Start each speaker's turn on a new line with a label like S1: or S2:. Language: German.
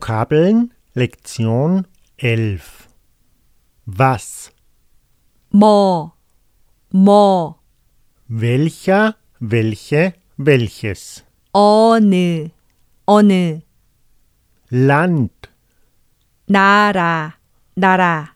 S1: Vokabeln Lektion 11 Was,
S2: 뭐, 뭐,
S1: welcher, welche, welches
S2: 어느, 어느,
S1: Land,
S2: 나라, 나라,